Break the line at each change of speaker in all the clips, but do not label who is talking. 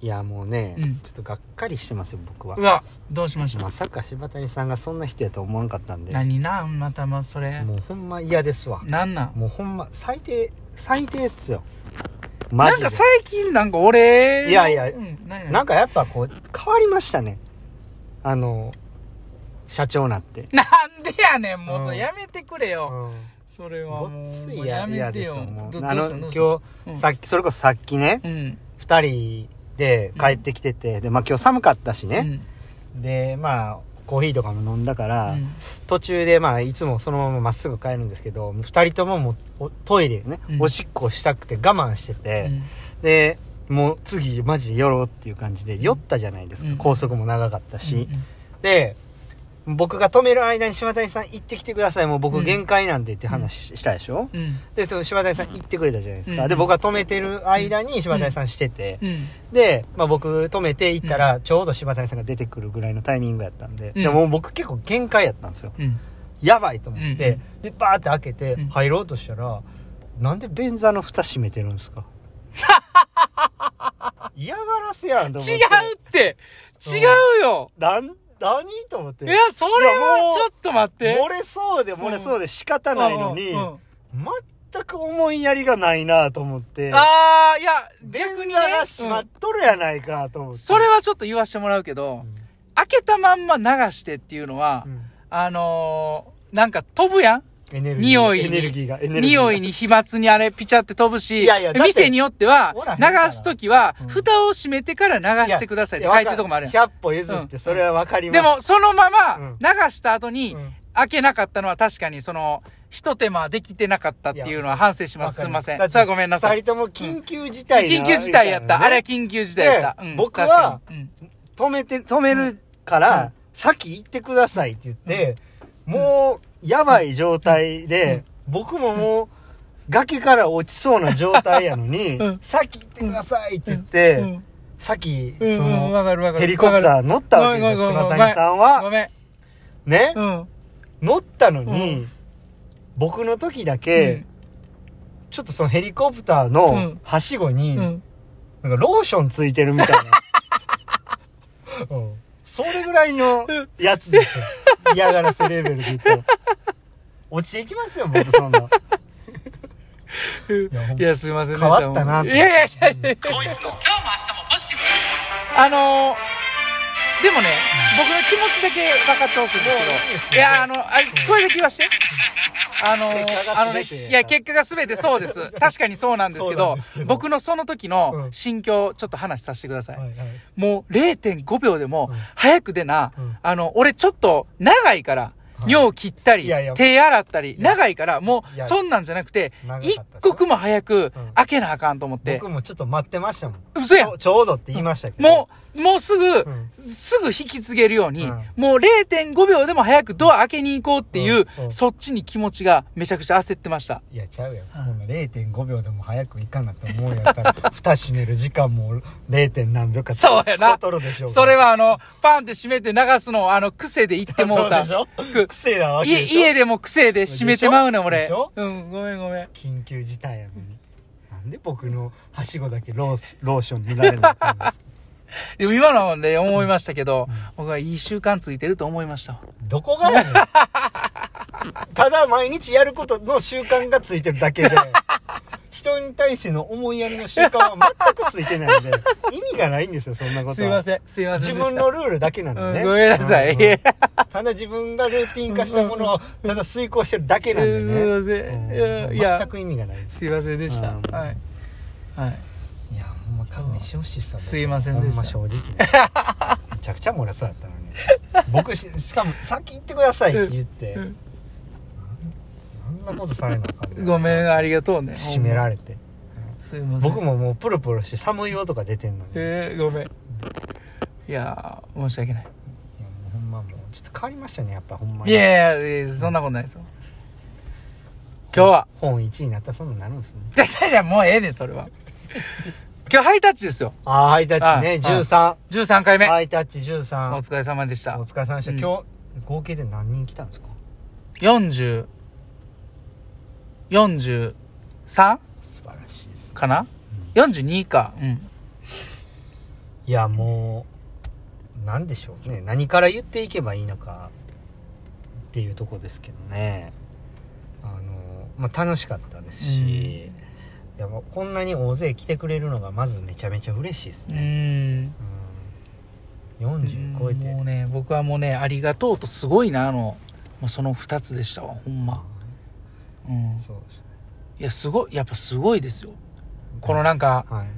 いやもうね、
うん
ちょっとがっかりしてますよ僕は
うわどうしました
まさか柴谷さんがそんな人やとは思わんかったんで
何なまたまそれ
もうほんま嫌ですわ
なんなん
もうほんま最低最低っすよマ
なん
ジで
か最近なんか俺の
いやいや
うん、何々
なんかやっぱこう変わりましたねあの社長なって、
なんでやねんもう、
うん
それやめてくれよ、
うん
それは
ご
も
っつ
う
い
や
嫌
め
嫌
て
です
よ
よも
ど
う
ど
あ
う
の
したどう
今
したうん
日さっきそれこそさっきね
うん
2人で帰ってきててでまあ今日寒かったし
う
ね
ん
でまあコーヒーとかも飲んだか
う
ら
ん
途中でまあいつもそのまままっすぐ帰るんですけど2人とももうおトイレでね
うん
おしっこしたくて我慢して
う
て
ん
でもう次マジで寄ろうっていう感じで酔ったじゃないです
う
か
ん
高速も長かったし
うん
で僕が止める間に柴谷さん行ってきてくださいもう
う
僕
ん
限界なんでって話ししたでしょ
うん
でその柴谷さん行ってくれたじゃないですか、
うん
で僕が止めてる間に柴谷さんしてて、
うん
で、まあ、僕止めて行ったらちょうど柴谷さんが出てくるぐらいのタイミングやったんで、
うん
でももう僕結構限界やったんですよ
うん
やばいと思って、
うん
でバーって開けて
うん
入ろうとしたら、なんで便座の蓋閉めてるん ですか嫌がらせやんと思って
違うって違うよ、
なん何と思って
いやそれはちょっと待って
漏れそうで漏れそうで仕方ないのに、
うんうん
全く思いやりがないなと思って
ああいや
便座
逆にね
が閉まっとるやないかと思っ
うん
て。
それはちょっと言わしてもらうけど、開けたまんま流してっていうのは、
うん、
あのー、なんか飛ぶやん
エネルギー。
匂いに
エネルギーが。エネルギーが
匂いに。飛沫にあれピチャって飛ぶし、
いやいやだって
店によっては
おらへ、んから
流すときは
うん、
蓋を閉めてから流してくださいって書いてるとこもあるや
100歩譲って、それはわかり
ん。
ます。
でも、そのま
う
ま
ん、
流した後に
うん、
開けなかったのは確かに、その、一手間できてなかったっていうのは反省し
わ
ま
かります、
す。すいません。それはごめんなさい。
二人とも緊急事態な
緊急事態やった。あれは
み
緊急事態やった。
で
うん
僕は、
確かにうん
たいなね止めて、止めるか
うん
ら、先行ってくださいって言って、もう、やばい状態で、僕ももう、崖から落ちそうな状態やのに
うん、
先行ってくださいって言っ
う
て、
ん
先、そ
うんうんわ
の、
かるわかる
ヘリコプター乗ったわけですよ、
ごめんご
柴
めんごめん
谷さん
ご
は。
めん。
ね
うん。
乗ったのに、
う
僕の時だけ、ちょっとそのヘリコプターの
うん
はしごに、
うんうん
なんかローションついてるみ たいな、うんそれぐらいのやつです よ嫌がらせレベルで言ったら落ちていきますよ僕そんなやほん
いや、すいませんでし
変わったな
ほんまにいやいやいやいやいや。あのー、でもね、僕の気持ちだけ分かってほしいんです
もういいです
け
ね
ど。いや、あの、あれ、声だけ言わして。あのー
結果、が
あのね
全て、
いや、結果が全てそうです。確かにそうなんですけ
そうな
ど
んですけ、ど
僕のその時の
うん
心境、ちょっと話させてください。
はいはい
もう0.5秒でも
うん、
早く出な、
うん
あの、俺ちょっと長いから、
はい
尿切ったり
いやいや、
手洗った
い
り、
や
長いから、も、
いうや
そんなんじゃなくて
長かった、です
一
よ
刻も早く
うん
開けなあかんと思って
僕、もちょっと待ってましたもん
嘘やん
ちょちょうどって言いましたけど
もう、もうすぐ
ん、
すぐ引き継げるように
うん、
もう0.5秒でも早くドア開けに行こうっていう
うんう、ん
そっちに気持ちがめちゃくちゃ焦ってました。
いやちゃうやんほんま0.5秒でも早く行かなって思うんやった ら蓋閉める時間も 0. 何秒か
そうやな
使っとるでしょうから
それはあの、パンって閉めて流すのをあの、癖で言ってもうた。
そうでし
く
ょ癖なわけ
家、
でしょ
家でも癖で閉めてまうねん、
で
俺
しょ。
うん、ごめんごめん。
緊急事態やのになんで僕のはしごだけローローション塗られなかったんですか
でも今のもね、思いましたけど、僕はいい習慣ついてると思いましたわ。
どこがや ねんただ毎日やることの習慣がついてるだけで人に対しての思いやりの習慣は全くついてないんで意味がないんですよそんなことは
すいません、すいま
自
せんでした。
分のルールだけなんでね、
うんごめんなさい
うんうんただ自分がルーティン化したものをただ遂行してるだけなんでね、
うんすいません
う
いや
全く意味がないです
すいませんでした。
うん
はい。はい。
いやほんま勘弁してほしいっすわ
すいませんでした
ほん ま正直ねめちゃくちゃ漏れそうやったのに僕ししかも「先行ってください」って言って、
うん
あんなことされなあかんね
ごめん、ありがとうね。
閉めら
れ
れて
すいません。
僕ももうプルプルして寒いよとか出てんのに、いや
えー、ごめん。いやー、申し訳ない。
もうほんまもうちょっと変わりましたねやっぱほんま
いやいやいや、そんなことないですよ。今日は、
本1位になったらそんなんなるんですね
じゃじゃじゃもうええねん、それは。今日ハイタッチですよ。
ああハイタッチね
ああ
13
13回目。
ハイタッチ
お
13
疲れ様でした
お。疲れ様でした、
うん
今日合計で何人来たんですか
40、43?
素晴らしいです
かな ?42 か。うん。
いやもう何でしょうね何から言っていけばいいのかっていうとこですけどねあの、まあ、楽しかったですし、
うん
いやもうこんなに大勢来てくれるのがまずめちゃめちゃ嬉しいです
う
ね、う
ん
ん40超えて
もうね僕はもうねありがとうとすごいなあのもうその2つでしたわほんま、うん、
そうですね
いやすごいやっぱすごいですよこのなんか
はい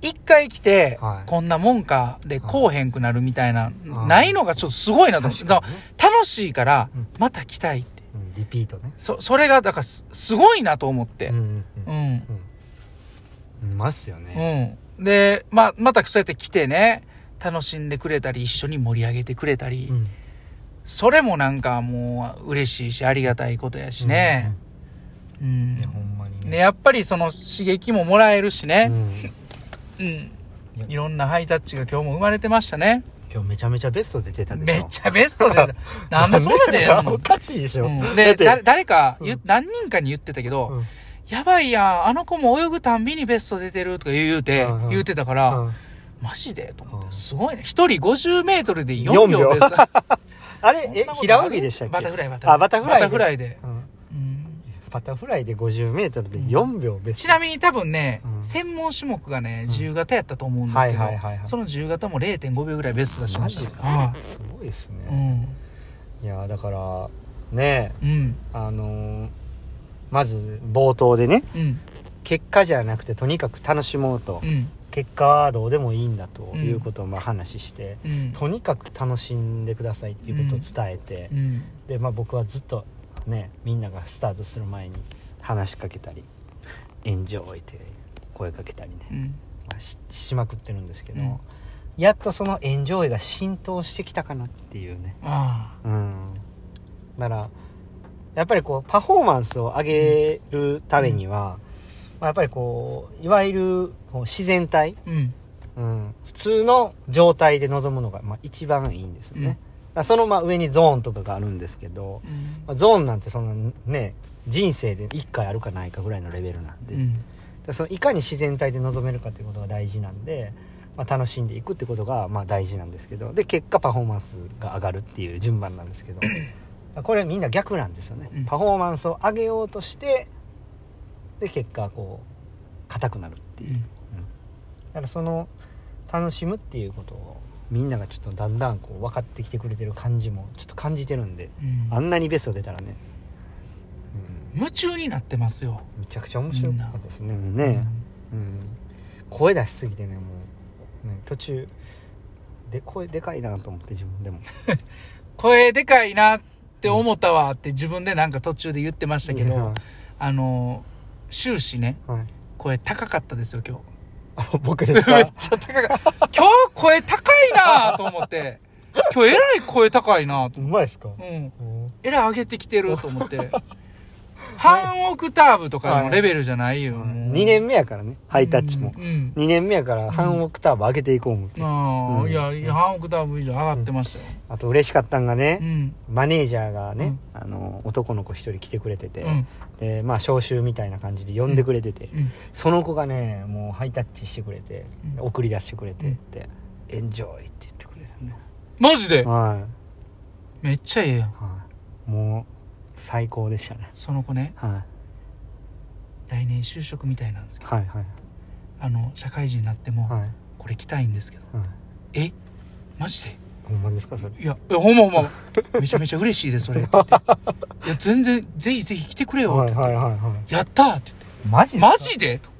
一回来て、
はい
こんなもんかで
はい
こうへんくなるみたいな、
い
ないのがちょっとすごいなと思って
確かにね、
だから楽しいから
うん
また来たいって
うん、リピートね
そそれがだからすすごいなと思っ
う
て
んうん
う
うんんうんますよ
う
ね、
ん、で、まあ、またそうやって来てね楽しんでくれたり一緒に盛り上げてくれたり、
うん
それもなんかもう嬉しいしありがたいことやしね、うん
うんいやほんまにね
でやっぱりその刺激ももらえるしね、
うん
うん、いろんなハイタッチが今日も生まれてましたね。
今日めちゃめちゃベスト出てたでしょ
めっちゃベスト で。なんでそんな出ん
お
の
かしいでしょ、
うん
だ
で、
って
だ誰か言
う
う
ん
何人かに言ってたけど、
うん
やばいやん、あの子も泳ぐたんびにベスト出てるとか言うて、
うんうん
言うてたから、
うん
マジでと思っ
う
て、
ん
すごいね。一人50メートルで4
4
秒
秒
ベスト。
あれ え平泳ぎでしたっけ
バタフライ、バタ
あバタフライで
バタフライで。
うん
うん
バタフライで 50m で4秒別
ちなみに多分ね、
うん
専門種目がね、
うん
自由形やったと思うんですけど、
はいはいはいはい
その自由形も0.5秒ぐらいベスト出しま
マ
した
ジ
よ。
か
はい
すごいです
う
ね、
ん。
いやだからね
うん。
あのーまず冒頭でね
うん。
結果じゃなくてとにかく楽しもうと、
うん。
結果はどうでもいいんだということをまあ話して、
うん。
とにかく楽しんでくださいっていうことを伝えて、
うん。
で、まあ、僕はずっとねみんながスタートする前に話しかけたり「エンジョイ」って声かけたりね、
うん。
まあししまくってるんですけど、
うん
やっとそのエンジョイが浸透してきたかなっていうね
あ
うんだからやっぱりこうパフォーマンスを上げるためには、まあ、やっぱりこういわゆるこう自然体、
あ。うん。
うん、普通の状態で臨むのが、まあ、一番いいんですよね、だからそのまあ上にゾーンとかがあるんですけど、
うん
まあ、ゾーンなんてそのね人生で1回あるかないかぐらいのレベルなんで、
うん。
だからそのいかに自然体で臨めるかということが大事なんで、まあ、楽しんでいくってことがまあ大事なんですけどで結果パフォーマンスが上がるっていう順番なんですけどこれみんな逆なんですよね、
うん
パフォーマンスを上げようとしてで結果こう硬くなるっていう、だからその楽しむっていうことをみんながちょっとだんだんこう分かってきてくれてる感じもちょっと感じてるんで
うん
あんなにベスト出たらね、
夢中になってますよ。
めちゃくちゃ面白かったですねもうね、うん、声出しすぎてねもう、ね、途中で声でかいなと思って自分でも
声でかいなって思ったわって自分でなんか途中で言ってましたけ
は
ど、あの、終始ね、
いはい
声高かったですよ、今日。
あ僕です
めっ
か
ちゃ高かった。今日声高いなと思って。今日えらい声高いなと
うまいですか
うん。
うん
えらい上げてきてると思って。半オクターブとかのレベルじゃないよ。もう
2年目やからねハイタッチも
うんうん
2年目やから半オクターブ上げていこう思って
ああ、
うん
いやいや、半オクターブ以上上がってましたよ。
あと嬉しかったんが
う
ね
ん。
マネージャーがねあの男の子一人来てくれてて
うん。
でまあ招集みたいな感じで呼んでくれてて
うん。
その子がねもうハイタッチしてくれて
うん
送り出してくれてって「エンジョイ」って言ってくれたね
マジで
はい
めっちゃええやん。
はい、もう最高でしたね、
その子ね、
は
来年就職みたいなんです
い、
けど、
はいはい
あの、社会人になっても、
はい
これ来たいんですけど、
はい
えマジで
ほんまですかそれ
いや、えほんまほんま、めちゃめちゃ嬉しいです、それ。って言っていや、全然、ぜひぜひ来てくれよ。っ
はい
て
はいはいは
やったーって
い
言っ
マジ
て。マジでと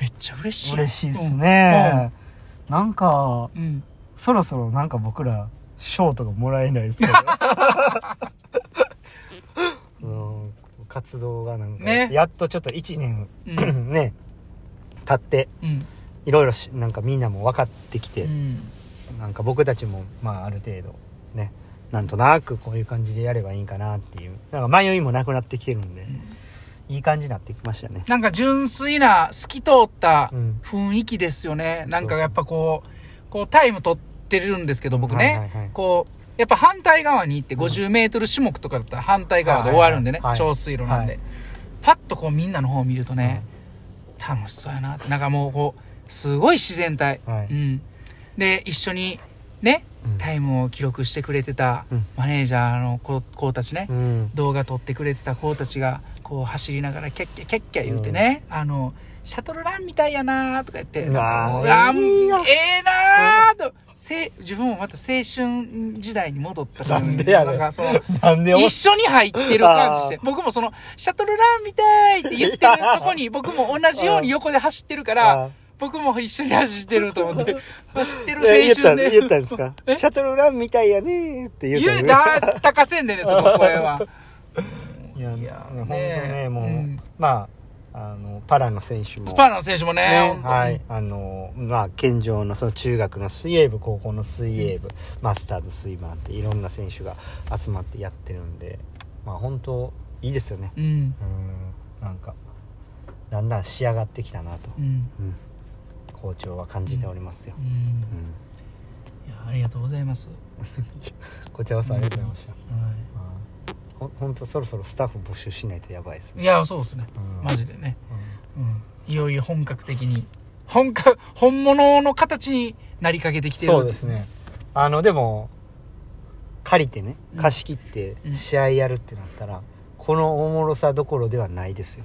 めっちゃ嬉しい。
嬉しいですね、なんか
うん。うん。
そろそろなんか僕ら賞とかもらえないですか うん活動がなんか、
ね
やっとちょっと1年
うん。
ね経って
うん。
いろいろしなんかみんなも分かってきて、
うん。
なんか僕たちも、まあ、ある程度ねなんとなくこういう感じでやればいいかなっていうなんか迷いもなくなってきてるんで、いい感じになってきましたね
なんか純粋な透き通った
うん
雰囲気ですよね。なんかやっぱこう、こうタイム取ってるんですけど、僕ね。
はいはいはい
こう、やっぱ反対側に行って50メートル種目とかだったら反対側で終わるんで
は
ね。
いはいはい
超水路なんで。
はい
パッとこうみんなの方を見るとね、楽しそうやなって。なんかもうこう、すごい自然体。
はい
うん。で一緒にね
うん
タイムを記録してくれてた
うん
マネージャーの子子たちね、
うん
動画撮ってくれてた子たちがこう走りながらキャッキャキャッキャ言うてね、あのシャトルランみたいやなーとか言って
うわー
あ
いいな
ええなーとせ自分もまた青春時代に戻ったかのように
なんでやねん
なんかその
なんでお
一緒に入ってる感じして
あー
僕もそのシャトルランみたいって言ってる
いやー
そこに僕も同じように横で走ってるから
あ
僕も一緒に走ってると 思って走ってる
え言った
青春で
言ったんですか
え
シャトルランみたいやねーって言った
言うだ高せんでねその声 は。
いや
い
い
や
や本当
ね
ねもう、
うん
まああのパラの選手も
スパーナの選手もね、
ね
本、当に
はい、あのまあ健常のその中学の水泳部高校の水泳部、マスターズスイマーっていろんな選手が集まってやってるんでまあ本当いいですよね
うん。
うんなんかだんだん仕上がってきたなと、
うん。
うん、校長は感じておりますよ
う、ん
う。ん
いや、ありがとうございます。
こちらこそありがとうございました、
は
うん、ほ本当そろそろスタッフ募集しないとやばいです
い。
ね、
いや、そうですね。
うん
マジでね。
うん
うん。いよいよ本格的に、本格、本物の形になりかけてきてる。
そうですねあのでも借りてね
うん
貸し切って
うん
試合やるってなったら、このおもろさどころではないです よ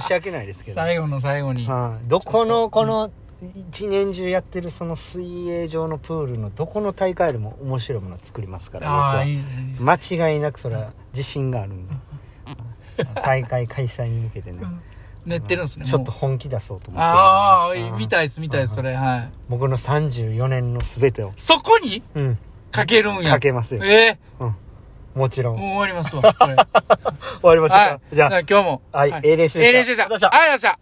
申し訳ないですけど、
最後の最後に。
はい、どこのこの一年中やってるその水泳場のプールのどこの大会よりも面白いものを作りますから
ああ、い
僕
いですね。いいですね
は間違いなくそれは自信があるんで大会開催に向けてね
うん寝てるんですね。
ちょっと
も
本気出そうと思ってる
う。
んで
ああ、
うん
見たいです、見たいです、それ。はい。
僕の34年の全てを、
そこに
うん、
かけるんや。
かけますよ、
え
うん、もちろ
え
ん終
もう終わりますわ、これ。
わりましょうか、
はい。
じゃあ
今日も。
はい
はい
えい練習でした
えい練習でした。
どうした
はい、どうした。